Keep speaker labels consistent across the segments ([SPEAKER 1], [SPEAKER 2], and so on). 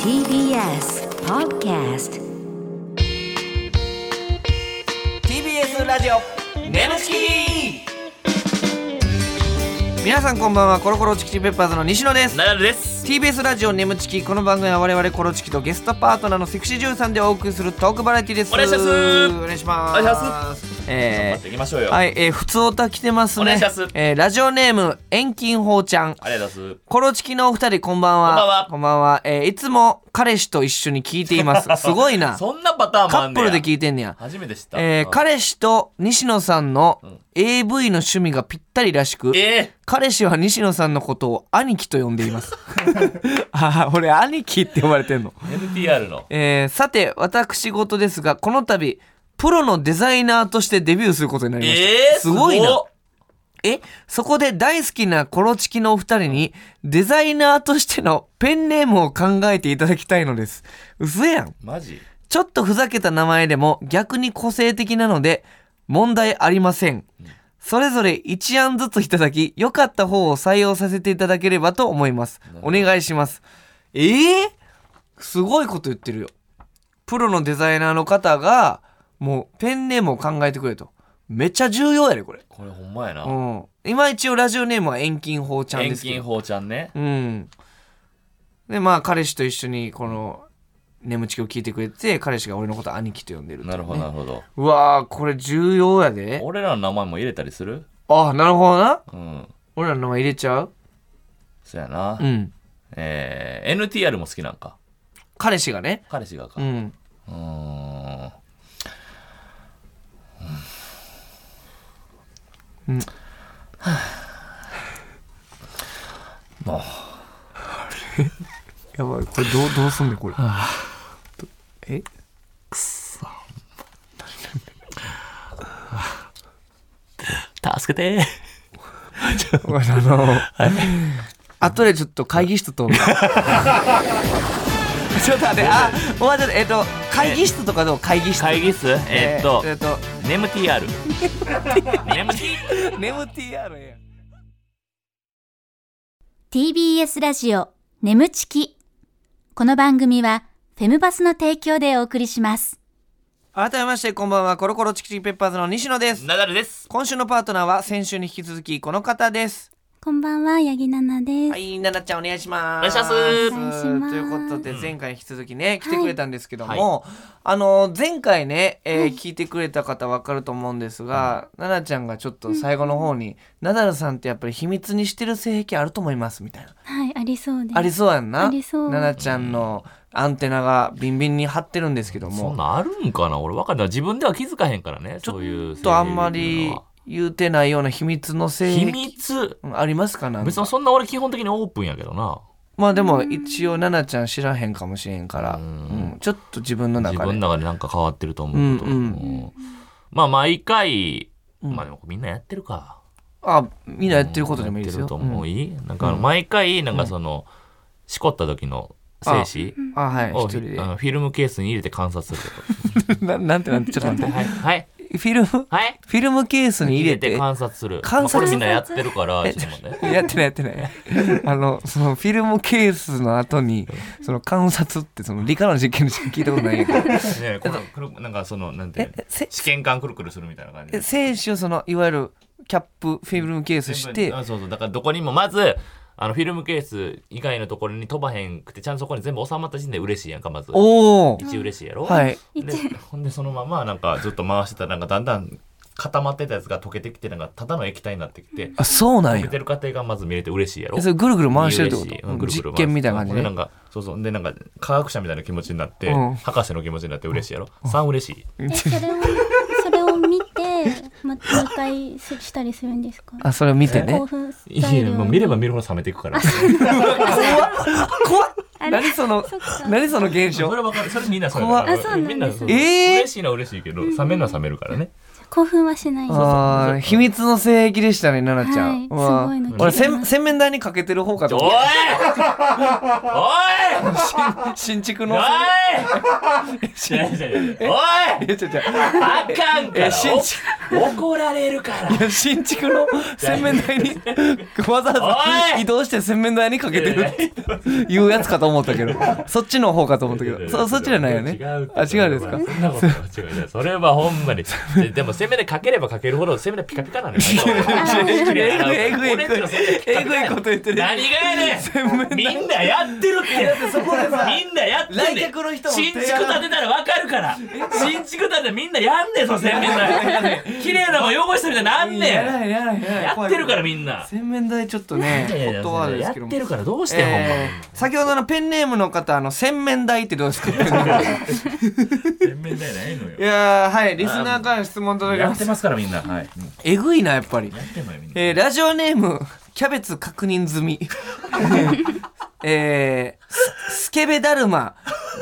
[SPEAKER 1] TBS Podcast
[SPEAKER 2] TBS ラジオ
[SPEAKER 3] ネムチキ
[SPEAKER 2] 皆さんこんばんはコロコロチキチキペッパーズの西野です
[SPEAKER 3] ナダルです。
[SPEAKER 2] TBS ラジオネムチキこの番組は我々コロチキとゲストパートナーのセクシージュンさんでお送りするトークバラエティです
[SPEAKER 3] お願いします
[SPEAKER 2] お願いします
[SPEAKER 3] お願いしま
[SPEAKER 2] え
[SPEAKER 3] 頑張っていきましょうよ。
[SPEAKER 2] ー、はいえー、普通おた来てますね
[SPEAKER 3] お願いします
[SPEAKER 2] えー、ラジオネーム遠近法ちゃん
[SPEAKER 3] ありがとうござい
[SPEAKER 2] コロチキのお二人こんばんは
[SPEAKER 3] こんばんは
[SPEAKER 2] こんばんは、えー、いつも彼氏と一緒に聞いてい ますすごい
[SPEAKER 3] ま
[SPEAKER 2] な
[SPEAKER 3] す。そんなパターンも
[SPEAKER 2] カ
[SPEAKER 3] あん
[SPEAKER 2] ッ
[SPEAKER 3] ね
[SPEAKER 2] プ
[SPEAKER 3] や
[SPEAKER 2] ルで聞いてんねや
[SPEAKER 3] 初めて知った。
[SPEAKER 2] えー
[SPEAKER 3] うん
[SPEAKER 2] 彼氏と西野さんの
[SPEAKER 3] ん
[SPEAKER 2] AV の趣味がぴったりらしく、
[SPEAKER 3] え
[SPEAKER 2] 彼氏は西野さんのことを兄貴と呼んでいます ああ俺兄貴って呼ばれてんの、
[SPEAKER 3] ー、NTR の。
[SPEAKER 2] えーさて私事ですがこの度プロのデザイナーとしてデビューすることになりました、
[SPEAKER 3] えー、
[SPEAKER 2] すごい
[SPEAKER 3] す
[SPEAKER 2] な
[SPEAKER 3] ご
[SPEAKER 2] えそこで大好きなコロチキのお二人にデザイナーとしてのペンネームを考えていただきたいのです嘘やん
[SPEAKER 3] マジ
[SPEAKER 2] ちょっとふざけた名前でも逆に個性的なので問題ありません。それぞれ1案ずついただき、良かった方を採用させていただければと思います。お願いします。ええすごいこと言ってるよ。プロのデザイナーの方が、もうペンネームを考えてくれと。めっちゃ重要やね、これ。
[SPEAKER 3] これほんまや
[SPEAKER 2] う
[SPEAKER 3] な。
[SPEAKER 2] ん。今一応ラジオネームは遠近法ちゃん
[SPEAKER 3] 遠
[SPEAKER 2] ですけ
[SPEAKER 3] 近
[SPEAKER 2] ど。
[SPEAKER 3] 法ちゃんね。
[SPEAKER 2] うん。で、まあ、彼氏と一緒に、この、眠ちきを聞いてくれて、彼氏が俺のこと兄貴と呼んでると
[SPEAKER 3] なるほど、なるほど。
[SPEAKER 2] うわあ、これ重要やで。
[SPEAKER 3] 俺らの名前も入れたりする
[SPEAKER 2] あなるほどな。
[SPEAKER 3] うん。
[SPEAKER 2] 俺らの名前入れちゃう
[SPEAKER 3] そうやな。
[SPEAKER 2] うん。
[SPEAKER 3] えー、NTR も好きなんか。
[SPEAKER 2] 彼氏がね。
[SPEAKER 3] 彼氏がか。
[SPEAKER 2] う。
[SPEAKER 3] うんーん。
[SPEAKER 2] うん
[SPEAKER 3] もう
[SPEAKER 2] やばい、これどう、どうすんねんこれ。どえ
[SPEAKER 3] 助けて
[SPEAKER 2] おいあの、後でちょっと会議室と。ちょ っと待って、あ、お前ちょっと、えっと、会議室とかどう会議室。
[SPEAKER 3] 会議室えーっと、
[SPEAKER 2] えっと、
[SPEAKER 3] ネム TR。ネム TR。
[SPEAKER 2] ネム TR や。
[SPEAKER 1] TBS ラジオ眠ちきこの番組はフェムバスの提供でお送りします
[SPEAKER 2] 改めまして、こんばんは。コロコロチキチキペッパーズの西野です。
[SPEAKER 3] ナダルです。
[SPEAKER 2] 今週のパートナーは先週に引き続きこの方です。
[SPEAKER 1] こんばんは八木奈々です、
[SPEAKER 2] はい、ななちゃんお願いします。
[SPEAKER 3] お願いし
[SPEAKER 1] ますお願いします
[SPEAKER 2] ということで、
[SPEAKER 3] うん
[SPEAKER 2] 前回に引き続きね、来て
[SPEAKER 1] はい
[SPEAKER 2] くれたんですけども、あの、前回ね、えー聞いてくれた方わかると思うんですが、ななちゃんがちょっと最後の方に、ナダルさんってやっぱり秘密にしてる性癖あると思います、みたいな。
[SPEAKER 4] はい、ありそうです。
[SPEAKER 2] ありそうやんな。
[SPEAKER 4] ありそう
[SPEAKER 2] ななちゃんのアンテナがビンビンに張ってるんですけど
[SPEAKER 3] そん
[SPEAKER 2] も、
[SPEAKER 3] なんあるんかな俺わかんない。自分では気づかへんからね。そういう。
[SPEAKER 2] ちょっとあんまり言うてないような秘密の性
[SPEAKER 3] 秘
[SPEAKER 2] 癖。
[SPEAKER 3] 密。
[SPEAKER 2] うんありますかなんか
[SPEAKER 3] 別にそんな俺基本的にオープンやけどな。
[SPEAKER 2] まあでも一応奈々ちゃん知らへんかもしれんから、う
[SPEAKER 3] うん
[SPEAKER 2] んちょっと自分の
[SPEAKER 3] 自
[SPEAKER 2] 中で
[SPEAKER 3] 分の中でなんか変わってると思うこと。
[SPEAKER 2] うんうん
[SPEAKER 3] うんまあ毎回、
[SPEAKER 2] うん
[SPEAKER 3] まあでもみんなやってるか。
[SPEAKER 2] あみんなやってることでもいいです
[SPEAKER 3] や
[SPEAKER 2] よ
[SPEAKER 3] ってると思う。
[SPEAKER 2] うん
[SPEAKER 3] いいなんかあの毎回、なんかその、しこった時の精子
[SPEAKER 2] あはい
[SPEAKER 3] を
[SPEAKER 2] 一
[SPEAKER 3] フ
[SPEAKER 2] 人で
[SPEAKER 3] ィあのフィルムケースに入れて観察する こと。
[SPEAKER 2] ななんてなんてちょっと待っ
[SPEAKER 3] はい。はい。
[SPEAKER 2] てフィルムフ
[SPEAKER 3] はい。
[SPEAKER 2] ィルムケースに入
[SPEAKER 3] 入
[SPEAKER 2] れ
[SPEAKER 3] れ
[SPEAKER 2] て
[SPEAKER 3] て観察する。
[SPEAKER 2] 観察
[SPEAKER 3] まあこれみんなやってるから、ちょっと待って
[SPEAKER 2] やってないやってないあのそのフィルムケースの後にその観察ってその理科の実験でしか聞いたことないんやけど
[SPEAKER 3] ねこのくるなんかそのなんていうの
[SPEAKER 2] えせ
[SPEAKER 3] 試験管くるくるするみたいな感じ
[SPEAKER 2] え
[SPEAKER 3] で
[SPEAKER 2] 精子をそのいわゆるキャップフィルムケースして
[SPEAKER 3] あそうそうだからどこにもまずあのフィルムケース以外のところに飛ばへんくてちゃんとそこに全部収まった時点で嬉しいやんかまず
[SPEAKER 2] おお
[SPEAKER 3] 一嬉しいやろ
[SPEAKER 2] はい
[SPEAKER 3] でほんでそのままなんかずっと回してたらなんかだんだん固まってたやつが溶けてきてなんかただの液体になってきて
[SPEAKER 2] あそうなん
[SPEAKER 3] 溶け
[SPEAKER 2] や
[SPEAKER 3] てる過程がまず見れて嬉しいやろ
[SPEAKER 2] えそれぐるぐる回してるってこと
[SPEAKER 3] いい嬉しいうんぐるぐる
[SPEAKER 2] 実
[SPEAKER 3] 回す
[SPEAKER 2] 験みたいな感じ
[SPEAKER 3] ほん
[SPEAKER 2] で
[SPEAKER 3] でなんかそうそうでなんか科学者みたいな気持ちになって、
[SPEAKER 2] うん
[SPEAKER 3] 博士の気持ちになって嬉しいやろ3嬉しい
[SPEAKER 4] えそれを、それを見て、また2回ししたりするんですか。
[SPEAKER 2] あそれを見てね
[SPEAKER 4] 興奮ス
[SPEAKER 3] い
[SPEAKER 4] タイ
[SPEAKER 3] や
[SPEAKER 4] ルを。
[SPEAKER 3] もう見れば見るほど冷めていくから。
[SPEAKER 2] 怖っ
[SPEAKER 4] あれ
[SPEAKER 2] 何その
[SPEAKER 4] そっか
[SPEAKER 2] 何その現
[SPEAKER 3] そ
[SPEAKER 2] 象
[SPEAKER 3] れわかる。それみんなそれ。
[SPEAKER 2] 怖
[SPEAKER 4] っあそうなんです
[SPEAKER 3] みんなそう
[SPEAKER 2] えー
[SPEAKER 3] 嬉しいのは嬉しいけど、冷めるのは冷めるからね。
[SPEAKER 4] 興奮はしないです。は
[SPEAKER 2] あー秘密の性癖でしたね奈々ちゃ
[SPEAKER 4] はい
[SPEAKER 2] ん、うわ
[SPEAKER 4] すごいの聞いてま
[SPEAKER 2] 俺
[SPEAKER 4] す
[SPEAKER 2] せん洗面台にかけてる方かと
[SPEAKER 3] おい
[SPEAKER 2] 思
[SPEAKER 3] お
[SPEAKER 2] っ
[SPEAKER 3] い
[SPEAKER 2] た新築の
[SPEAKER 3] おい違う違う違うおい
[SPEAKER 2] えちょちょ
[SPEAKER 3] あかんか
[SPEAKER 2] え
[SPEAKER 3] ら
[SPEAKER 2] 新築
[SPEAKER 3] 怒られるから
[SPEAKER 2] いや新築の洗面台 にわざわ
[SPEAKER 3] お
[SPEAKER 2] ざ
[SPEAKER 3] い
[SPEAKER 2] 移動して洗面台にかけてるっていうやつかと思ったけどそっちの方かと思ったけどそそっちじゃないよね
[SPEAKER 3] 違うって
[SPEAKER 2] あ違うですか
[SPEAKER 3] そんなことは違ういやそれはほんまにででも攻めでかければかけるほど攻めでピカピカなのよ
[SPEAKER 2] えぐいえぐいえ
[SPEAKER 3] 俺ん
[SPEAKER 2] ぐ
[SPEAKER 3] ち
[SPEAKER 2] い
[SPEAKER 3] の洗面台ピカ
[SPEAKER 2] え
[SPEAKER 3] ピ
[SPEAKER 2] ぐ
[SPEAKER 3] カ
[SPEAKER 2] い
[SPEAKER 3] や
[SPEAKER 2] こと言ってる
[SPEAKER 3] 何がやね
[SPEAKER 2] 洗面
[SPEAKER 3] ん
[SPEAKER 2] 台
[SPEAKER 3] みんなやってるってみんなやってんねん
[SPEAKER 2] 来客の人も提
[SPEAKER 3] 新
[SPEAKER 2] 案
[SPEAKER 3] 築建てたらわかるから新築建てみんなやんねんその洗面台綺麗なもん汚したみたいになんねん
[SPEAKER 2] やらいやらいやらい
[SPEAKER 3] やってるからみんな
[SPEAKER 2] 洗面台ちょっと
[SPEAKER 3] いやいやい
[SPEAKER 2] ね
[SPEAKER 3] や
[SPEAKER 2] ホットワードで
[SPEAKER 3] や
[SPEAKER 2] す
[SPEAKER 3] っ
[SPEAKER 2] けども
[SPEAKER 3] てるからどうしてほんま
[SPEAKER 2] えー先ほどのペンネームの方あの洗面台ってどうですか
[SPEAKER 3] 洗面台ないのよ
[SPEAKER 2] いやーはいリスナーからの質問届き
[SPEAKER 3] や
[SPEAKER 2] ま
[SPEAKER 3] って
[SPEAKER 2] す
[SPEAKER 3] ますからみんなはいうん
[SPEAKER 2] えぐいなやっぱり
[SPEAKER 3] やってんのよみんな
[SPEAKER 2] えーラジオネームキャベツ確認済み えーススケベだるま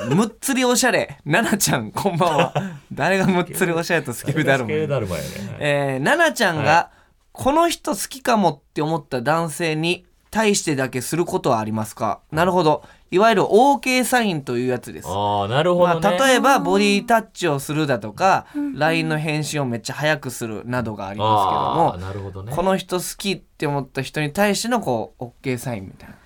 [SPEAKER 2] むっつりおしゃれななちゃんこんばんは誰がむっつりおしゃれとスケベだるま
[SPEAKER 3] スケベだるまやね
[SPEAKER 2] えー、ななちゃんが、この人好きかもって思った男性に対してだけすることはありますかなるほどいわゆる OK サインというやつです
[SPEAKER 3] ああなるほど
[SPEAKER 2] ま
[SPEAKER 3] ね
[SPEAKER 2] あ、例
[SPEAKER 3] え
[SPEAKER 2] えばボディタッチをするだとか LINE の返信をめっちゃ早くするなどがありますけども
[SPEAKER 3] なるほどね
[SPEAKER 2] この人好きって思った人に対してのこう OK サインみたいな、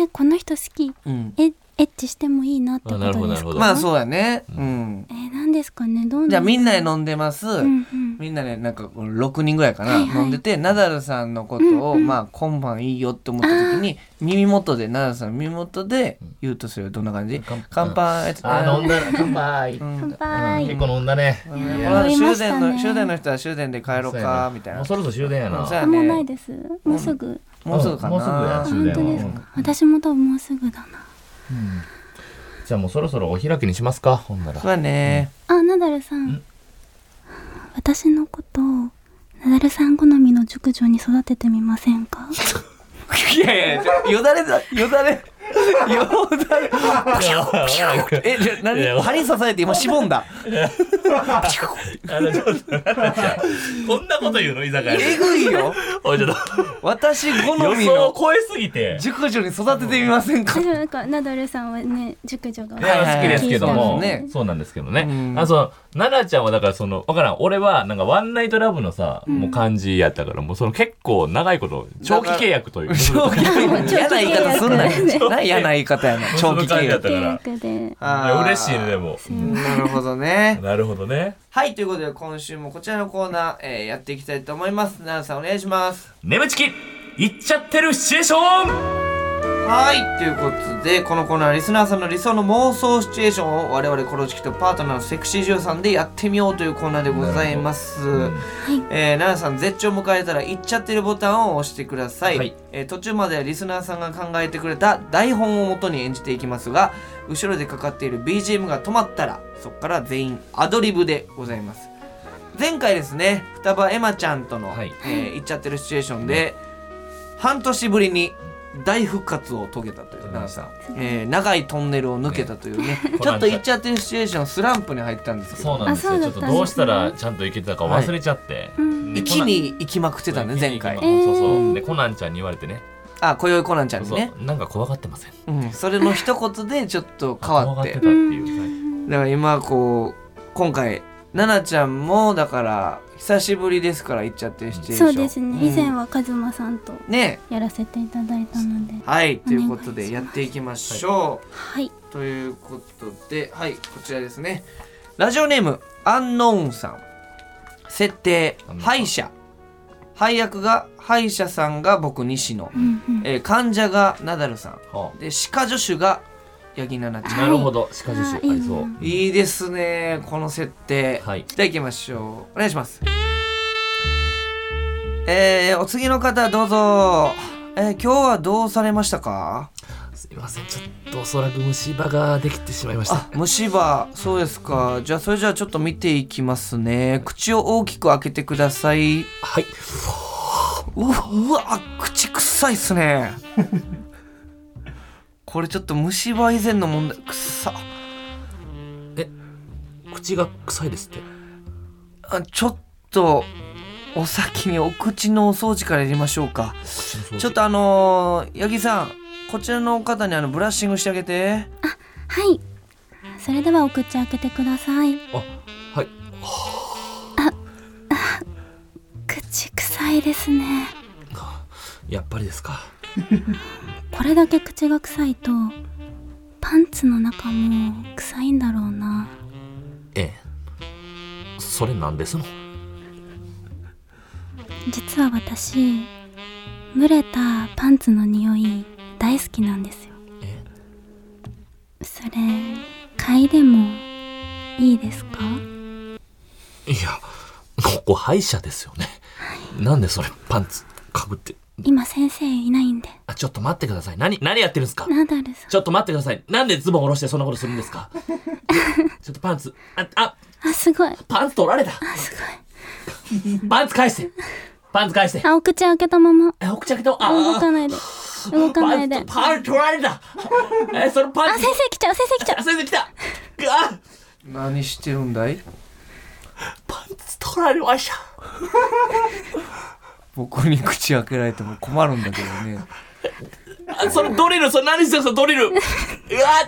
[SPEAKER 4] えー、この人好き
[SPEAKER 2] うん、
[SPEAKER 4] えエッチしてもいいなってこと
[SPEAKER 3] あなるほど
[SPEAKER 4] で
[SPEAKER 3] な
[SPEAKER 4] す
[SPEAKER 3] る
[SPEAKER 4] か
[SPEAKER 3] ほど
[SPEAKER 2] まあそうだね、うん、
[SPEAKER 4] えー、なんですかねどうなん
[SPEAKER 2] じゃあみんなで
[SPEAKER 4] の
[SPEAKER 2] 飲んでます、
[SPEAKER 4] うんうん
[SPEAKER 2] みんなね、なんかこの6人ぐらいかな、
[SPEAKER 4] はいはい
[SPEAKER 2] 飲んでてナダルさんのことを、まあ今晩いいよって思った時に耳元でナダルさんの耳元で言うとすればどんな感じ
[SPEAKER 3] 乾
[SPEAKER 2] 乾杯
[SPEAKER 3] あ飲んだ乾杯
[SPEAKER 2] うん
[SPEAKER 4] 乾杯
[SPEAKER 3] 結構飲んだね
[SPEAKER 2] まあ
[SPEAKER 4] 飲みま
[SPEAKER 2] 終
[SPEAKER 4] したね
[SPEAKER 2] 電の終電の人は終電で帰ろう
[SPEAKER 3] そうや
[SPEAKER 2] か
[SPEAKER 3] な
[SPEAKER 2] みたい
[SPEAKER 3] も
[SPEAKER 2] な
[SPEAKER 3] うそろそろ終電やな
[SPEAKER 2] そうや
[SPEAKER 4] あ
[SPEAKER 2] ね
[SPEAKER 4] もうないですもうすぐ
[SPEAKER 2] もうすぐかな、
[SPEAKER 3] もうすぐや
[SPEAKER 4] あ本当です
[SPEAKER 3] うん
[SPEAKER 4] か私も多分もうすぐだな
[SPEAKER 3] じゃあもうそろそろお開きにしますかほんなら
[SPEAKER 2] そうだね、
[SPEAKER 4] あナダルさん私のことをナダルさん好みの熟女に育ててみませんか
[SPEAKER 2] いやいやよだれだよだれよだれえじゃあ
[SPEAKER 3] いや
[SPEAKER 2] 何針刺されて今しぼんだ
[SPEAKER 3] あのちょっと待ってこんなこと言うの居酒屋
[SPEAKER 2] え
[SPEAKER 3] で
[SPEAKER 2] ぐいよ
[SPEAKER 3] おいちょっ
[SPEAKER 2] 私
[SPEAKER 3] と
[SPEAKER 2] 好
[SPEAKER 3] 予
[SPEAKER 2] み
[SPEAKER 3] 想を
[SPEAKER 2] の
[SPEAKER 3] 超えすぎて
[SPEAKER 2] 熟女に育ててみませんか
[SPEAKER 4] でもなんかナダルさんはね熟女が
[SPEAKER 3] いや好きですけども、
[SPEAKER 2] はいはいはい
[SPEAKER 3] そうなんですけどね、
[SPEAKER 2] うん
[SPEAKER 3] あそう奈々ちゃんはだからそのわからん俺はなんかワンナイトラブのさ、もう感じやったからもうその結構長いこと長期契約という
[SPEAKER 2] 長期嫌な言い方すんなよ。な嫌な言い方やな。長期契約。
[SPEAKER 3] だから
[SPEAKER 4] 契約で
[SPEAKER 3] いや嬉しいね
[SPEAKER 2] ね
[SPEAKER 3] でも
[SPEAKER 2] なるほどね。
[SPEAKER 3] なるほどね
[SPEAKER 2] はい、ということで今週もこちらのコーナー、えーやっていきたいと思います。奈良さんお願いします。
[SPEAKER 3] 眠ちき行っちゃってるシチュエーション
[SPEAKER 2] はい、ということで、このコーナーはリスナーさんの理想の妄想シチュエーションを我々コロチキとパートナーのセクシージュさんでやってみようというコーナーでございます。えー、奈良さん絶頂を迎えたら行っちゃってるボタンを押してください、
[SPEAKER 3] はい
[SPEAKER 2] えー途中まではリスナーさんが考えてくれた台本をもとに演じていきますが後ろでかかっている BGM が止まったらそこから全員アドリブでございます前回ですね双葉エマちゃんとの、
[SPEAKER 3] はい
[SPEAKER 2] えー行っちゃってるシチュエーションで、半年ぶりに大復活を遂げたという奈良さん、えー長いトンネルを抜けたというね
[SPEAKER 3] ね
[SPEAKER 2] ちょっと行っちゃってるシチュエーションスランプに入ったんですけど
[SPEAKER 3] そうなんですよ、
[SPEAKER 4] あそう
[SPEAKER 3] ち
[SPEAKER 4] だ
[SPEAKER 3] ょ
[SPEAKER 4] っ
[SPEAKER 3] っ
[SPEAKER 4] んで
[SPEAKER 3] たと
[SPEAKER 4] すね
[SPEAKER 3] どうしたらちゃんと行けてたか忘れちゃって、
[SPEAKER 4] ん
[SPEAKER 3] で
[SPEAKER 2] 一気に行きまくってたね前
[SPEAKER 3] そ
[SPEAKER 2] 回
[SPEAKER 3] うそうそう、
[SPEAKER 4] えー
[SPEAKER 3] でコナンちゃんに言われてね
[SPEAKER 2] あ今宵コナンちゃんに
[SPEAKER 3] そう
[SPEAKER 2] ね
[SPEAKER 3] そうなんか怖がってません
[SPEAKER 2] うん、それの一言でちょっと変わっ
[SPEAKER 3] 怖が
[SPEAKER 2] て
[SPEAKER 3] って
[SPEAKER 2] だ
[SPEAKER 3] たっていう、はい
[SPEAKER 2] から今こう今回奈々ちゃんもだから久しぶりですから行っちゃってるシチュエーシ
[SPEAKER 4] そ
[SPEAKER 2] ョン
[SPEAKER 4] うです
[SPEAKER 2] ん
[SPEAKER 4] ね以前はカズマさんと
[SPEAKER 2] ね
[SPEAKER 4] やらせていただいたので
[SPEAKER 2] はいというこ
[SPEAKER 4] お
[SPEAKER 2] と
[SPEAKER 4] 願い
[SPEAKER 2] で
[SPEAKER 4] し
[SPEAKER 2] や
[SPEAKER 4] ます
[SPEAKER 2] っていきましょう、
[SPEAKER 4] はい
[SPEAKER 2] ということではいこちらですねラジオネームアンノーンさん設定
[SPEAKER 3] アンノーンさん
[SPEAKER 2] 歯医者配役が歯医者さんが僕西野、
[SPEAKER 4] うんうん
[SPEAKER 2] えー患者がナダルさん
[SPEAKER 3] は
[SPEAKER 2] で歯科助手が八木奈々ちゃん
[SPEAKER 3] あ、なるほど鹿
[SPEAKER 4] あ
[SPEAKER 3] 樹
[SPEAKER 4] ーい
[SPEAKER 3] 種あ
[SPEAKER 4] い
[SPEAKER 3] り
[SPEAKER 4] な
[SPEAKER 3] そう
[SPEAKER 2] いいですねこの設定
[SPEAKER 3] はい
[SPEAKER 2] じゃあ行きましょうお願いしますえー、お次の方どうぞえー、今日はどうされましたか
[SPEAKER 3] すいませんちょっとおそらく虫歯ができてしまいました
[SPEAKER 2] あ虫歯そうですかじゃあそれじゃあちょっと見ていきますね口を大きく開けてくださいう
[SPEAKER 3] はいう
[SPEAKER 2] うわ口臭いっすね これちょっと虫歯以前の問題くっさ
[SPEAKER 3] 口が臭いですって
[SPEAKER 2] あちょっとお先にお口のお掃除からやりましょうかちょっとあのー、八木さんこちらの方にあのブラッシングしてあげて
[SPEAKER 4] はいそれではお口開けてください
[SPEAKER 3] あはい
[SPEAKER 4] 臭いですね
[SPEAKER 3] やっぱりですか。
[SPEAKER 4] これだけ口が臭いとパンツの中も臭いんだろうな
[SPEAKER 3] ええ。それなんですの
[SPEAKER 4] 実は私蒸れたパンツの匂い大好きなんですよ
[SPEAKER 3] え
[SPEAKER 4] それ嗅いでもいいですか
[SPEAKER 3] いや、ここ歯医者ですよね。なんでそれパンツかぶって。
[SPEAKER 4] 今先生いないんで
[SPEAKER 3] あ、ちょっと待ってください。何、何やってるんですか
[SPEAKER 4] ナダルさん
[SPEAKER 3] ちょっと待ってください。なんでズボン下ろしてそんなことするんですかちょっとパンツ、あ、あ、
[SPEAKER 4] あすごい
[SPEAKER 3] パンツ取られた。
[SPEAKER 4] す
[SPEAKER 3] パンツ返して。パンツ返して。
[SPEAKER 4] あお口開けたまま
[SPEAKER 3] え、お口開けた。あ、
[SPEAKER 4] 動かないで動かないであ
[SPEAKER 3] パンツ、パンツ取られた。 え、そのパ
[SPEAKER 4] 先
[SPEAKER 3] ンツ、
[SPEAKER 4] 生来ちゃう先生来ちゃう
[SPEAKER 3] あ、先生来た。あ、
[SPEAKER 2] 何してるんだい
[SPEAKER 3] パンツ取られました。
[SPEAKER 2] 僕に口開けられても困るんだけど ね。
[SPEAKER 3] あそれドリル、それ何してるんですか、ドリル。うわ、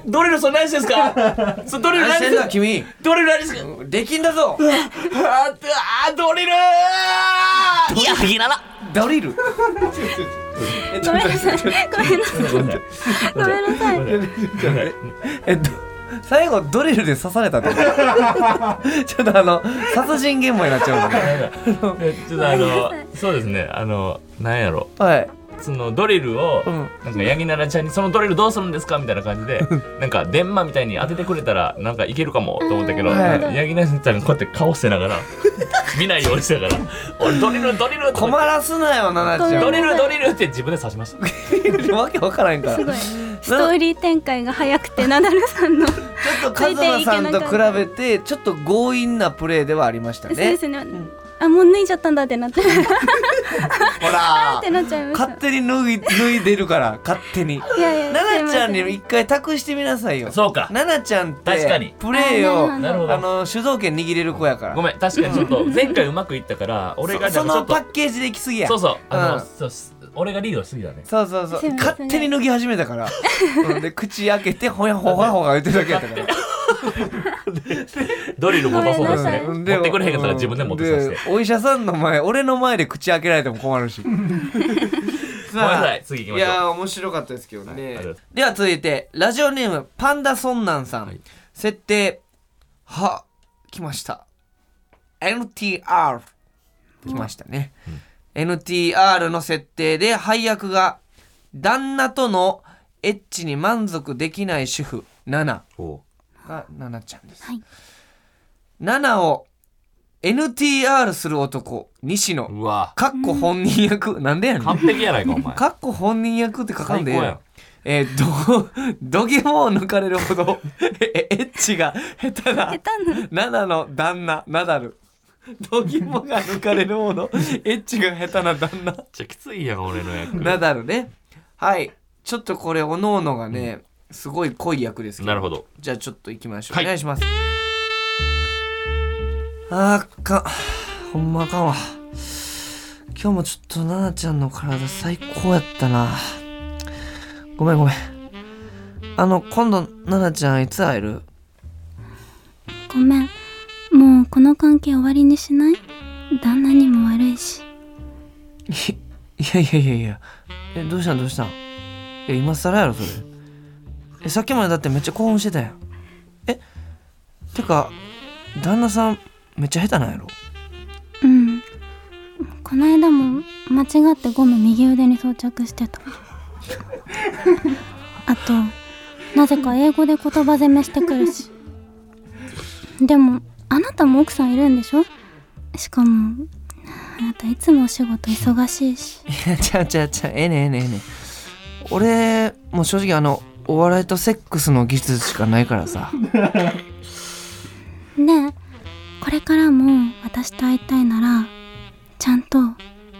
[SPEAKER 3] ドリル、それ何してるんですか。それドリル
[SPEAKER 2] 何しんだ
[SPEAKER 3] 何しててるんですか。
[SPEAKER 2] 君
[SPEAKER 3] ドリル何してるんで
[SPEAKER 2] できんだぞ
[SPEAKER 3] すか。あ、あ、ドリル。いや、ひなら。
[SPEAKER 2] ドリル
[SPEAKER 4] ごめんなさいごめんなさいごめ んなさい
[SPEAKER 2] えっと、最後ドリルで刺されたってこと ちょっとあの、殺人現場になっちゃうのね。
[SPEAKER 3] えちょっとあのそうですねあのなんやろ
[SPEAKER 2] はい。
[SPEAKER 3] そのドリルを、
[SPEAKER 2] うん
[SPEAKER 3] なんかヤギナラちゃんに「そのドリルどうするんですか?」みたいな感 じでなんか電話みたいに当ててくれたらなんかいけるかもと思ったけど、
[SPEAKER 2] うんはい
[SPEAKER 3] ヤギナラちゃんがこうやって顔してながら見ないようにしてな がら「俺ドリルドリル」
[SPEAKER 2] 困らすなよ、ななちゃん。
[SPEAKER 3] ドリルドリルって自分で刺し ました。
[SPEAKER 2] わけわからへんから。
[SPEAKER 4] すごいストーリー展開が早くてナダルさんの
[SPEAKER 2] ちょっとカズマさんと比べてちょっと強引なプレーではありました
[SPEAKER 4] そうで
[SPEAKER 2] ね。
[SPEAKER 4] すね、あもう脱いじゃったんだってなって っ
[SPEAKER 2] ほら
[SPEAKER 4] て、なっちゃいました
[SPEAKER 2] 勝手に脱い脱いでるから勝手 に。
[SPEAKER 4] いやいや
[SPEAKER 2] 奈々ちゃん
[SPEAKER 4] すいま
[SPEAKER 2] に一回託してみなさいよ。
[SPEAKER 3] そうか
[SPEAKER 2] 奈々ちゃんって
[SPEAKER 3] 確かに
[SPEAKER 2] プレーを
[SPEAKER 4] あ
[SPEAKER 2] あ
[SPEAKER 3] なるほど
[SPEAKER 2] の主導権握れる子やから。
[SPEAKER 3] ごめん確かにちょっと前回うまくいったから俺が
[SPEAKER 2] そそ
[SPEAKER 3] なん
[SPEAKER 2] の
[SPEAKER 3] かちょっと
[SPEAKER 2] パッケージで行き過ぎや。
[SPEAKER 3] そうそうあの、
[SPEAKER 2] うん
[SPEAKER 3] そうす俺がリードしすぎだね。
[SPEAKER 2] そうそうそう
[SPEAKER 4] すいません
[SPEAKER 2] 勝手に脱ぎ始めたから。うんで口開けてほやほやほや言ってるだけやったから。
[SPEAKER 3] ドリル持たそうですね。
[SPEAKER 4] ご
[SPEAKER 3] 持ってくれへんかったら自分で持ってさせて。
[SPEAKER 2] でお医者さんの前俺の前で口開けられても困るしごめん
[SPEAKER 3] ごめんなさい次行きましょう
[SPEAKER 2] やー面白かったですけどね、
[SPEAKER 3] はいありがとうございま
[SPEAKER 2] では続いてラジオネームパンダソンナンさん、
[SPEAKER 3] はい
[SPEAKER 2] 設定は来ました NTR 来ましたね、NTR の設定で配役が旦那とのエッチに満足できない主婦7
[SPEAKER 3] お
[SPEAKER 2] がナナちゃんです。
[SPEAKER 4] はい
[SPEAKER 2] ナナを NTR する男西野
[SPEAKER 3] うわ
[SPEAKER 2] かっこ本人役、なんでやね
[SPEAKER 3] 完
[SPEAKER 2] ん。
[SPEAKER 3] 璧やないかお前。
[SPEAKER 2] かっこ本人役って書かんでええやん
[SPEAKER 3] 最高やん
[SPEAKER 2] えー、ど、ど ぎもを抜かれるほど、え、エッチが下手な、ナナの旦那、ナダル。どぎもが抜かれるほど、エッチが下手な旦那。
[SPEAKER 3] めっちゃきついやん俺の 役
[SPEAKER 2] ナダルね。はい。ちょっとこれ、おのおのがね、すごい濃い役ですけど。
[SPEAKER 3] なるほど
[SPEAKER 2] じゃあちょっと行きましょう。
[SPEAKER 3] はい
[SPEAKER 2] お願いします。あーあかん。ほんまあかんわ。今日もちょっと奈々ちゃんの体最高やったな。ごめんごめん。あの、今度奈々ちゃんいつ会える
[SPEAKER 4] せんごめんもうこの関係終わりにしない旦那にも悪いし
[SPEAKER 2] いいやいやいやいや。え、どうしたんどうしたんえ、今更やろそれ。え、さっきまでだってめっちゃ興奮してたやん。え、てか、旦那さんめっちゃ下手なんやろ
[SPEAKER 4] うんこの間も間違ってゴム右腕に装着して たあとなぜか英語で言葉攻めしてくるしでもあなたも奥さんいるんでしょしかもあなたいつもお仕事忙しいし
[SPEAKER 2] いやちゃうちゃうちゃうええねんええねんええねん俺もう正直あのお笑いとセックスの技術しかないからさ
[SPEAKER 4] ねえこれからも私と会いたいならちゃんと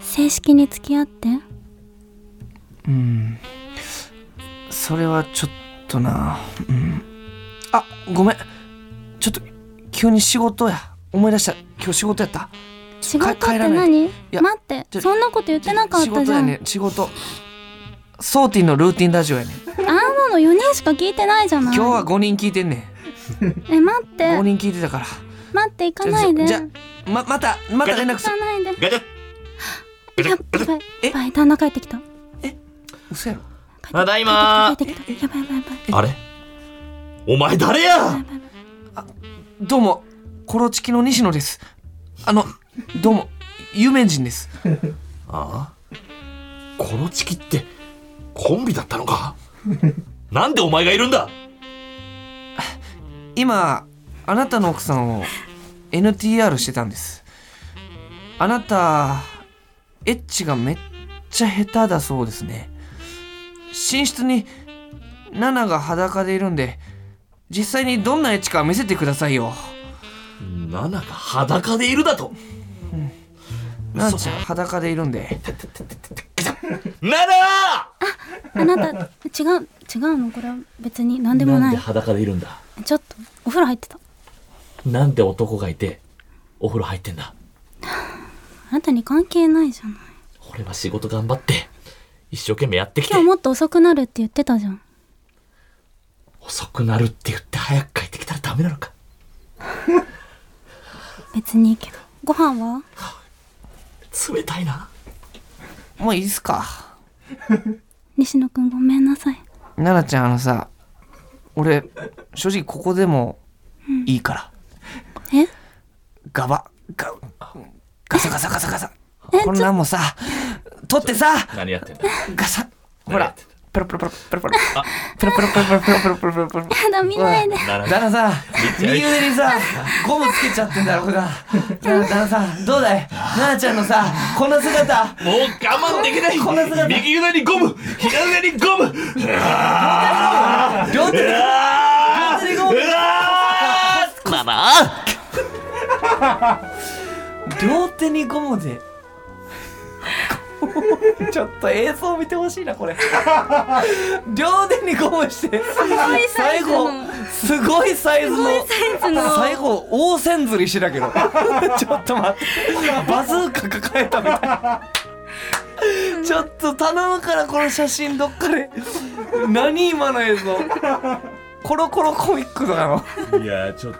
[SPEAKER 4] 正式に付き合って
[SPEAKER 2] うんそれはちょっとなうんあごめんちょっと急に仕事や思い出した今日仕事やった
[SPEAKER 4] 仕事っ
[SPEAKER 2] か帰
[SPEAKER 4] て
[SPEAKER 2] らない
[SPEAKER 4] 何
[SPEAKER 2] や
[SPEAKER 4] 待って
[SPEAKER 2] ちょ
[SPEAKER 4] そんなこと言ってなかっ
[SPEAKER 2] 仕
[SPEAKER 4] たじ
[SPEAKER 2] 事
[SPEAKER 4] ゃ
[SPEAKER 2] や
[SPEAKER 4] ん、
[SPEAKER 2] ね仕事ソーティンのルーティンラジオやねん
[SPEAKER 4] あんなの4人しか聞いてないじゃな
[SPEAKER 2] 今
[SPEAKER 4] い
[SPEAKER 2] 日は5人聞いてんねん
[SPEAKER 4] え待って
[SPEAKER 2] 5人聞いてたから
[SPEAKER 4] 待って行かないで
[SPEAKER 2] じゃあじゃあままたまた連絡す
[SPEAKER 4] 行
[SPEAKER 2] る
[SPEAKER 4] かないで
[SPEAKER 3] ガチャッ
[SPEAKER 4] ややばいやばい旦那帰ってきた帰
[SPEAKER 2] 嘘やろ
[SPEAKER 4] ってき
[SPEAKER 3] ただいま
[SPEAKER 4] 帰
[SPEAKER 3] ー
[SPEAKER 4] ってきた帰ってきたやばいやばいや
[SPEAKER 3] あれお前誰
[SPEAKER 4] ばい
[SPEAKER 3] や
[SPEAKER 4] やばいやばい
[SPEAKER 2] どうもコロチキの西野ですあのどうも有名人です
[SPEAKER 3] ああこのチキってコンビだったのかなんでお前がいるんだ
[SPEAKER 2] 今あなたの奥さんを NTR してたんですあなたエッチがめっちゃ下手だそうですね寝室にナナが裸でいるんで実際にどんなエッチか見せてくださいよ
[SPEAKER 3] ナナが裸でいるだと
[SPEAKER 2] なんちゃん裸でいるんで
[SPEAKER 3] ナナ
[SPEAKER 4] あなた違う違うのこれは別に何でも
[SPEAKER 3] なん
[SPEAKER 4] な
[SPEAKER 3] で
[SPEAKER 4] い
[SPEAKER 3] 裸でいるんだ
[SPEAKER 4] ちょっとお風呂入ってた
[SPEAKER 3] なんで男がいてお風呂入ってんだ
[SPEAKER 4] あなたに関係ないじゃない
[SPEAKER 3] 俺は仕事頑張って一生懸命やってきて
[SPEAKER 4] 今日もっと遅くなるって言ってたじゃん
[SPEAKER 3] 遅くなるって言って早く帰ってきたらダメなのか
[SPEAKER 4] 別にいいけどご飯は
[SPEAKER 3] 冷たいな
[SPEAKER 2] もういいっすか
[SPEAKER 4] 西野くんごめんなさい
[SPEAKER 2] ナナちゃんあのさ俺正直ここでもいいから
[SPEAKER 4] え
[SPEAKER 2] ガバガガサガサガサガサこんなんもさ取ってさ
[SPEAKER 3] 何やってんだ
[SPEAKER 2] ガサほ
[SPEAKER 3] 何や
[SPEAKER 2] ら
[SPEAKER 3] ってんだ
[SPEAKER 2] ペロペロペロペロペロペロペロペロペロペロペロペロペロペロ
[SPEAKER 4] やだ見ないで
[SPEAKER 3] ナナ
[SPEAKER 2] 旦那さん右腕にさゴムつけちゃってんだろうが旦那さんどうだいナナちゃんのさこんな姿
[SPEAKER 3] もう我慢できない
[SPEAKER 2] こんな姿
[SPEAKER 3] 右腕にゴム左腕にゴム
[SPEAKER 2] 両手で
[SPEAKER 3] あ
[SPEAKER 2] 両手でゴム
[SPEAKER 3] ーナナ
[SPEAKER 2] 両手にゴムで ちょっと映像見てほしいな これ両手にゴムして
[SPEAKER 4] サイ
[SPEAKER 2] 最
[SPEAKER 4] ズ
[SPEAKER 2] 後
[SPEAKER 4] の
[SPEAKER 2] すごいサイズの
[SPEAKER 4] サイズの
[SPEAKER 2] 最後大線釣りしてたけど ちょっと待ってバズーカ抱えたみたいなちょっと頼むからこの写真どっかで何今の映像コロコロコミックだよ
[SPEAKER 3] いやちょっ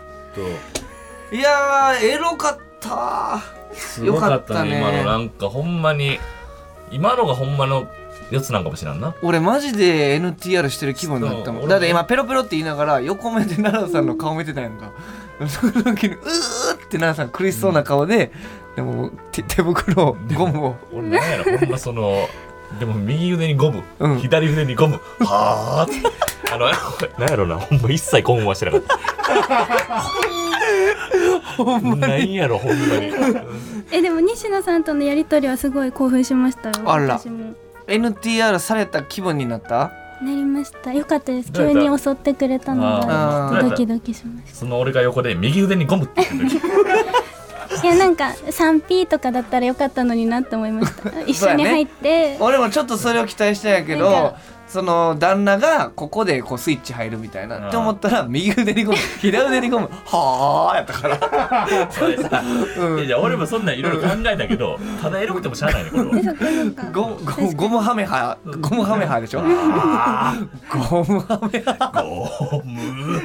[SPEAKER 3] と
[SPEAKER 2] いやーエロかった
[SPEAKER 3] すごかったね
[SPEAKER 2] よかったね
[SPEAKER 3] 今のなんかほんまに今のがほんまのやつなんかもしらんな
[SPEAKER 2] 俺マジで NTR してる気分になったも
[SPEAKER 3] そ
[SPEAKER 2] ん
[SPEAKER 3] う
[SPEAKER 2] だって今ペロペロって言いながら横目で奈良さんの顔見てたやんか、その時にうーって奈良さん苦しそうな顔で、でも手手袋をゴムを
[SPEAKER 3] 俺なんやろほんまそのでも右腕にゴム、
[SPEAKER 2] うん
[SPEAKER 3] 左腕にゴムはあってあのなんやろなほんま一切ゴムはしてなかった ほんまになんやろほんまに
[SPEAKER 4] えでも西野さんとのやりとりはすごい興奮しましたよ
[SPEAKER 2] あら
[SPEAKER 4] 私も
[SPEAKER 2] NTR された気分になった
[SPEAKER 4] なりましたよかったです
[SPEAKER 3] どうや
[SPEAKER 4] 急
[SPEAKER 3] った
[SPEAKER 4] に襲ってくれたので
[SPEAKER 2] あー
[SPEAKER 4] ドキドキしまし
[SPEAKER 3] その俺が横で右腕にゴムって言ってる
[SPEAKER 4] たいやなんか 3P とかだったらよかったのになって思いました一緒に入って、
[SPEAKER 2] 俺もちょっとそれを期待したんや
[SPEAKER 4] な
[SPEAKER 2] け
[SPEAKER 4] ん
[SPEAKER 2] ど
[SPEAKER 4] か
[SPEAKER 2] その旦那がここでこうスイッチ入るみたい
[SPEAKER 3] あ
[SPEAKER 2] な
[SPEAKER 3] ー
[SPEAKER 2] って思ったら右腕にゴム左腕にゴムはあやったから
[SPEAKER 3] 俺さ
[SPEAKER 2] うん
[SPEAKER 3] いやいや俺もそんなんいろいろ考えたけどただエロくてもしゃあないねこれは
[SPEAKER 4] でそっかそっか
[SPEAKER 2] ゴムゴムゴムハメハゴムハメハでしょゴムハメハ
[SPEAKER 3] ゴム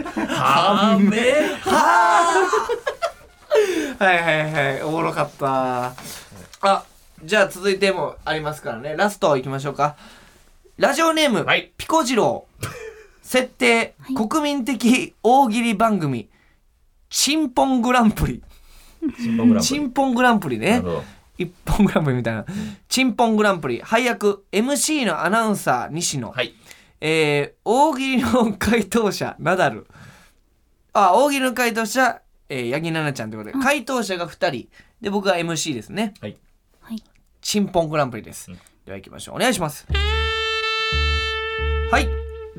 [SPEAKER 3] はめ
[SPEAKER 2] はいはいはいおもろかったあじゃあ続いてもありますからねラストいきましょうかラジオネーム、
[SPEAKER 3] はい
[SPEAKER 2] ピコ次郎設定、国民的大喜利番組チンポングランプリ
[SPEAKER 3] チンポングランプ
[SPEAKER 2] チ
[SPEAKER 3] リ
[SPEAKER 2] ンポングランプリ
[SPEAKER 3] なる
[SPEAKER 2] ね
[SPEAKER 3] ほど
[SPEAKER 2] 一本グランプリみたいな、チンポングランプリ配役 MC のアナウンサー西野、
[SPEAKER 3] はい
[SPEAKER 2] えー大喜利の回答者ナダルあ大喜利の回答者、えー、八木奈々ちゃんということで回答者が2人で僕が MC ですね
[SPEAKER 3] はい
[SPEAKER 4] はい
[SPEAKER 2] チンポングランプリです、
[SPEAKER 3] うん
[SPEAKER 2] では行きましょうお願いしますはい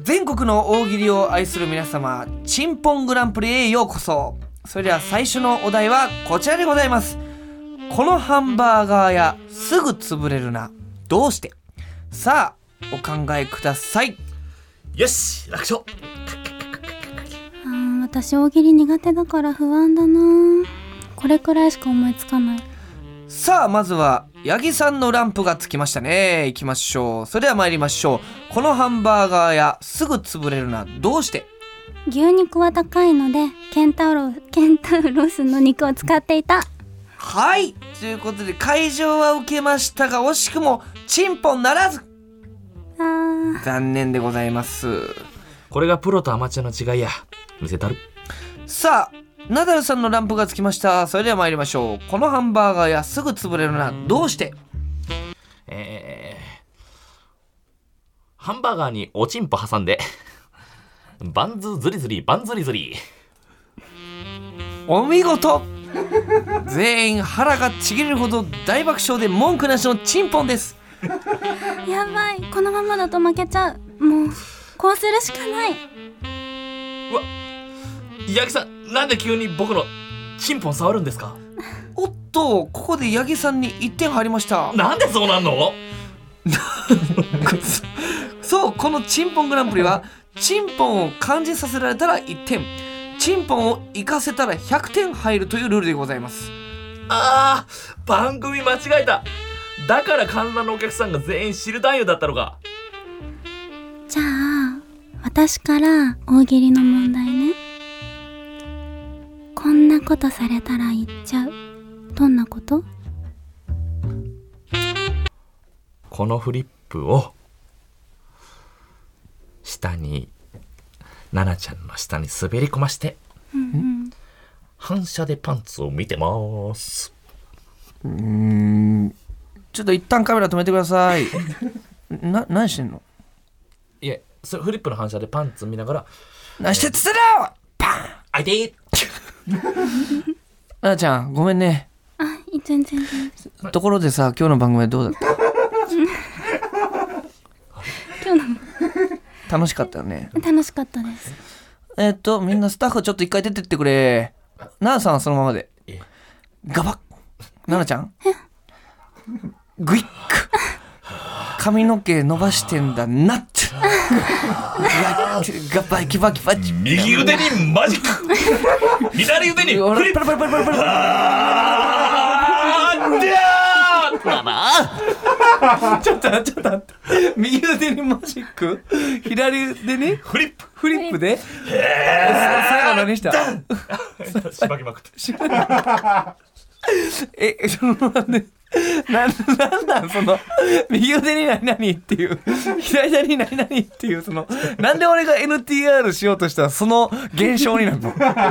[SPEAKER 2] 全国の大喜利を愛する皆様チンポングランプリへようこそそれでは最初のお題はこちらでございますこのハンバーガー屋すぐ潰れるなどうしてさあお考えください
[SPEAKER 3] よし楽勝
[SPEAKER 4] あー私大喜利苦手だから不安だなこれくらいしか思いつかない
[SPEAKER 2] さあまずは八木さんのランプがつきましたねいきましょうそれでは参りましょうこのハンバーガー屋すぐ潰れるなどうして
[SPEAKER 4] 牛肉は高いのでケンタウロケンタウロスの肉を使っていた
[SPEAKER 2] はいということで会場は受けましたが惜しくもチンポならず
[SPEAKER 4] あー
[SPEAKER 2] 残念でございます
[SPEAKER 3] これがプロとアマチュアの違いや見せたる
[SPEAKER 2] さあナダルさんのランプがつきましたそれでは参りましょうこのハンバーガー屋すぐ潰れるなどうして
[SPEAKER 3] えー、ハンバーガーにおちんぽ挟んでバンズズリズリバンズリズリ
[SPEAKER 2] お見 事全員腹がちぎれるほど大爆笑で文句なしのチンポンです
[SPEAKER 4] やばいこのままだと負けちゃうもうこうするしかない
[SPEAKER 3] 八木さんなんで急に僕のチンポン触るんですか
[SPEAKER 2] おっとここで八木さんに1点入りました
[SPEAKER 3] なんでそうなんの
[SPEAKER 2] そうこのチンポングランプリはチンポンを感じさせられたら1点チンポンを生かせたら100点入るというルールでございます
[SPEAKER 3] あー番組間違えただから観覧のお客さんが全員知る男優だったのか
[SPEAKER 4] じゃあ私から大喜利の問題ねこんなことされたら言っちゃうどんなこと
[SPEAKER 3] このフリップを下に奈々ちゃんの下に滑り込まして
[SPEAKER 4] うん
[SPEAKER 3] 反射でパンツを見てます
[SPEAKER 2] うんちょっと一旦カメラ止めてください な何してんの
[SPEAKER 3] いやそれフリップの反射でパンツ見ながら
[SPEAKER 2] 何してっつってだよ
[SPEAKER 3] 「あいてー!
[SPEAKER 2] なあちゃんごめんね
[SPEAKER 4] うんあい全然全然
[SPEAKER 2] ところでさ 今日の番組はどうだった
[SPEAKER 4] 今日のも
[SPEAKER 2] 楽しかったよね
[SPEAKER 4] 楽しかったです
[SPEAKER 2] えっとみんなスタッフちょっと一回出てってくれなあさんはそのままで
[SPEAKER 3] え
[SPEAKER 2] ガバッななちゃんグイック髪の毛伸ばしてんだなってガバイキバキバチ」
[SPEAKER 3] 右腕にマジック 左腕に
[SPEAKER 2] ほら
[SPEAKER 3] フリップ
[SPEAKER 2] パラパラパラパラパラ
[SPEAKER 3] あーじゃーだな
[SPEAKER 2] ちょっと待ってちょっと待って右腕にマジック左腕に
[SPEAKER 3] フリップ
[SPEAKER 2] フリップで最後何した
[SPEAKER 3] しばきまくって
[SPEAKER 2] え、そのなんで、なん、なんなんその、右腕に何々っていう、左腕に何々っていう、その、なんで俺が NTR しようとしたらその現象になるのなんでその、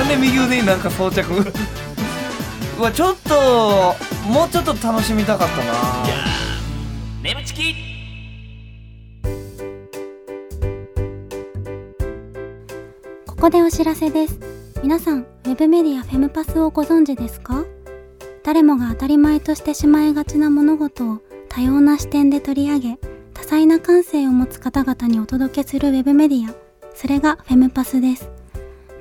[SPEAKER 2] なんで右腕になんか装着うわ、ちょっと、もうちょっと楽しみたかったな
[SPEAKER 3] 眠ちき
[SPEAKER 4] ここでお知らせです。皆さん、ウェブメディアフェムパスをご存知ですか誰もが当たり前としてしまいがちな物事を多様な視点で取り上げ、多彩な感性を持つ方々にお届けするウェブメディア、それがフェムパスです。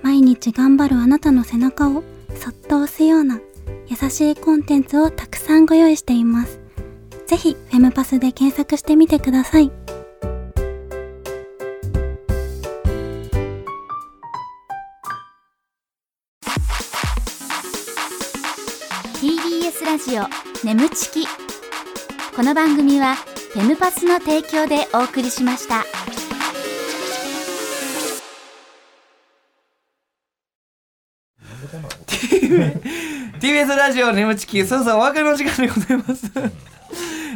[SPEAKER 4] 毎日頑張るあなたの背中をそっと押すような優しいコンテンツをたくさんご用意しています。ぜひ、フェムパスで検索してみてください。
[SPEAKER 1] TBS ラジオ眠ちきこの番組はフェムパスの提供でお送りしました。
[SPEAKER 2] TBS ラジオ眠ちき、そろそろお別れの時間でございます。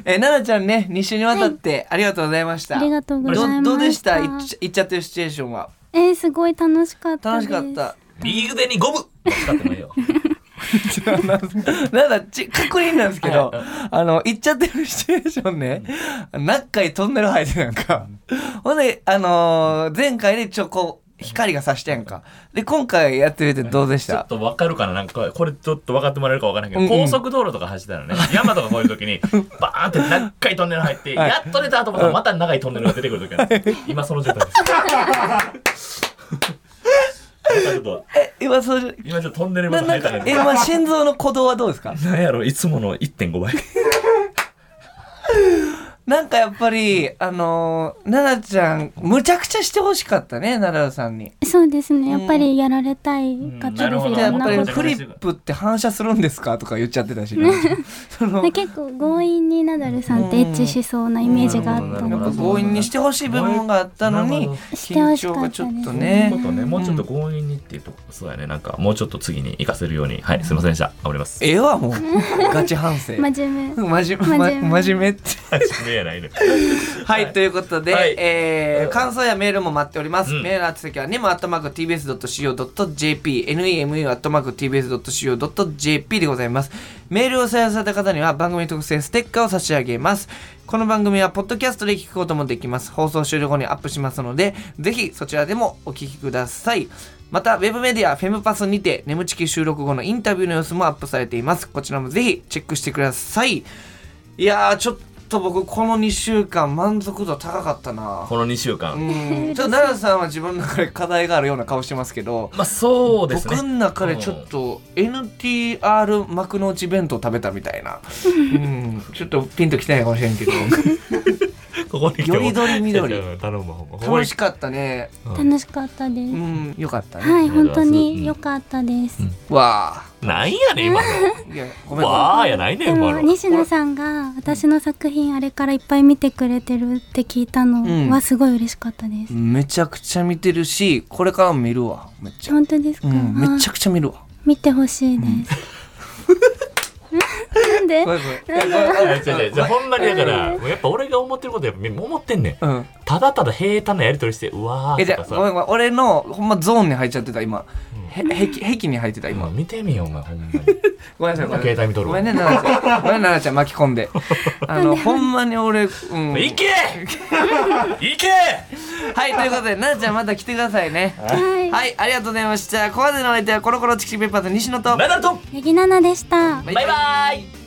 [SPEAKER 2] え、奈々ちゃんね、2週にわたってありがとうございました。
[SPEAKER 4] ありがとうございました
[SPEAKER 2] どどうでしたいっちいっちゃってるシチュエーションは。
[SPEAKER 4] えー、すごい楽しかった
[SPEAKER 2] 楽
[SPEAKER 4] で
[SPEAKER 2] し
[SPEAKER 4] す。
[SPEAKER 2] かった。
[SPEAKER 3] 右腕にゴム使ってないよ
[SPEAKER 2] なんだち確認なんですけど、あの、行っちゃってるシチュエーションね、何回トンネル入ってなんか。ほんで、あのー前回でちょ、こう、光が差してんか。で、今回やってみてどうでし
[SPEAKER 3] ちょったとわかるかななんかこれちょっと分かってもらえるか分からないけど、
[SPEAKER 2] うんうん
[SPEAKER 3] 高速道路とか走った らね山とかこういう時にバーンって長いトンネル入って、やっと出たと思ったらまた長いトンネルが出てくる時ある、今その状態ですなんかちょっと
[SPEAKER 2] え、今、そうじ
[SPEAKER 3] 今ちょっとトンネル
[SPEAKER 2] ゃ、な
[SPEAKER 3] まで
[SPEAKER 2] な
[SPEAKER 3] 入
[SPEAKER 2] ん
[SPEAKER 3] っ
[SPEAKER 2] か
[SPEAKER 3] たけ、ど
[SPEAKER 2] え、まあ、心臓の鼓動はどうですか
[SPEAKER 3] なんやろいつもの1.5倍
[SPEAKER 2] 奈なんかやっぱり、あのー、奈々ちゃん、むちゃくちゃしてほしかったね、奈々さんに。
[SPEAKER 4] そうですねやっぱりやられたい方です
[SPEAKER 3] うんなるほど
[SPEAKER 4] い
[SPEAKER 2] じゃあ
[SPEAKER 4] ろん
[SPEAKER 2] やっ
[SPEAKER 4] なこ
[SPEAKER 2] ぱり
[SPEAKER 4] と
[SPEAKER 2] フリップって反射するんですかとか言っちゃってたしな。 その
[SPEAKER 4] で結構強引にナダルさんってエッチしそうなイメージがあった
[SPEAKER 2] やっ
[SPEAKER 4] の
[SPEAKER 2] ぱ
[SPEAKER 4] で
[SPEAKER 2] 強引にしてほしい部分があったのに
[SPEAKER 4] してほ
[SPEAKER 2] 緊
[SPEAKER 4] しか
[SPEAKER 2] 張
[SPEAKER 4] った
[SPEAKER 2] が
[SPEAKER 4] です
[SPEAKER 2] ちょっと
[SPEAKER 3] とい
[SPEAKER 2] ね
[SPEAKER 3] うことね、もうちょっと強引にっていうとこ、そうやね、なんかもうちょっと次に行かせるように、はい、すみませんでした。頑張ります。
[SPEAKER 2] え えわもうガチ反省
[SPEAKER 4] 真面目
[SPEAKER 2] 真
[SPEAKER 4] 真面
[SPEAKER 2] 面目
[SPEAKER 4] 目
[SPEAKER 2] ま真面目って
[SPEAKER 3] 真面目やないね。
[SPEAKER 2] はいということで、
[SPEAKER 3] はい
[SPEAKER 2] えー感想やメールも待っております、
[SPEAKER 3] うん
[SPEAKER 2] メールの宛先は nemu.tbs.co.jp nemu.tbs.co.jp でございますメールを採用された方には番組特製ステッカーを差し上げますこの番組はポッドキャストで聞くこともできます放送終了後にアップしますのでぜひそちらでもお聞きくださいまたウェブメディアフェムパスにて眠ちき収録後のインタビューの様子もアップされていますこちらもぜひチェックしてくださいいやーちょっと僕この2週間満足度高かったな
[SPEAKER 3] この2週
[SPEAKER 2] う
[SPEAKER 3] 間。
[SPEAKER 2] んちょっと奈良さんは自分の中で課題があるような顔してますけど、
[SPEAKER 3] まあ、そうです
[SPEAKER 2] 僕の
[SPEAKER 3] ね。
[SPEAKER 2] 中でちょっと NTR 幕の内弁当食べたみたいな、うん、ちょっとピンときてないかもしれんけど
[SPEAKER 3] ここに来て
[SPEAKER 2] よりどりみ どり
[SPEAKER 3] うん頼むわ、ほんまほんま
[SPEAKER 2] 楽
[SPEAKER 3] に
[SPEAKER 2] しかったね
[SPEAKER 4] 楽しかったです、
[SPEAKER 2] うんよかったね、
[SPEAKER 4] はい本当に良かったです、
[SPEAKER 2] わあ
[SPEAKER 3] なんやねん、今
[SPEAKER 2] いやごめ
[SPEAKER 3] の。
[SPEAKER 2] ん
[SPEAKER 3] わあやないねん、
[SPEAKER 4] で
[SPEAKER 3] 今
[SPEAKER 4] も
[SPEAKER 3] の。
[SPEAKER 4] 西野さんが私の作品あれからいっぱい見てくれてるって聞いた
[SPEAKER 2] うん
[SPEAKER 4] のはすごい嬉しかったです、
[SPEAKER 2] めちゃくちゃ見てるしこれからも見るわめっちゃ、
[SPEAKER 4] 本当ですか、
[SPEAKER 2] うん、めちゃ
[SPEAKER 4] あ
[SPEAKER 2] くちゃ見るわ
[SPEAKER 4] 見てほしいです、 なん で
[SPEAKER 2] ごめんごめん
[SPEAKER 3] いや違う違うじゃあほんまにだから、もうやっぱ俺が思ってることやっぱみんな思ってんねん。
[SPEAKER 2] うん、
[SPEAKER 3] ただただ平坦なやりとりして、うわ
[SPEAKER 2] え
[SPEAKER 3] ー
[SPEAKER 2] じ
[SPEAKER 3] と
[SPEAKER 2] ゃ
[SPEAKER 3] か
[SPEAKER 2] あごめん
[SPEAKER 3] さ。
[SPEAKER 2] ごめん俺のほんまゾーンに入っちゃってた今、へへきへきに入ってた今、
[SPEAKER 3] 今見てみよ、お前、ほんまに。
[SPEAKER 2] ごめんなさいごめんなさい
[SPEAKER 3] 携帯見とる
[SPEAKER 2] ご
[SPEAKER 3] わ
[SPEAKER 2] めんね奈々ちゃんごめんね奈々ちゃん巻き込 んであのほんまに俺うん
[SPEAKER 3] 行け行け
[SPEAKER 2] はいということで奈々ちゃんまた来てくださいね
[SPEAKER 4] はい、
[SPEAKER 2] はいありがとうございましたここまでのお相手はコロコロチキチキペッパーズ西野と
[SPEAKER 3] ナダルと
[SPEAKER 4] ヤギナナでした
[SPEAKER 3] バイバイ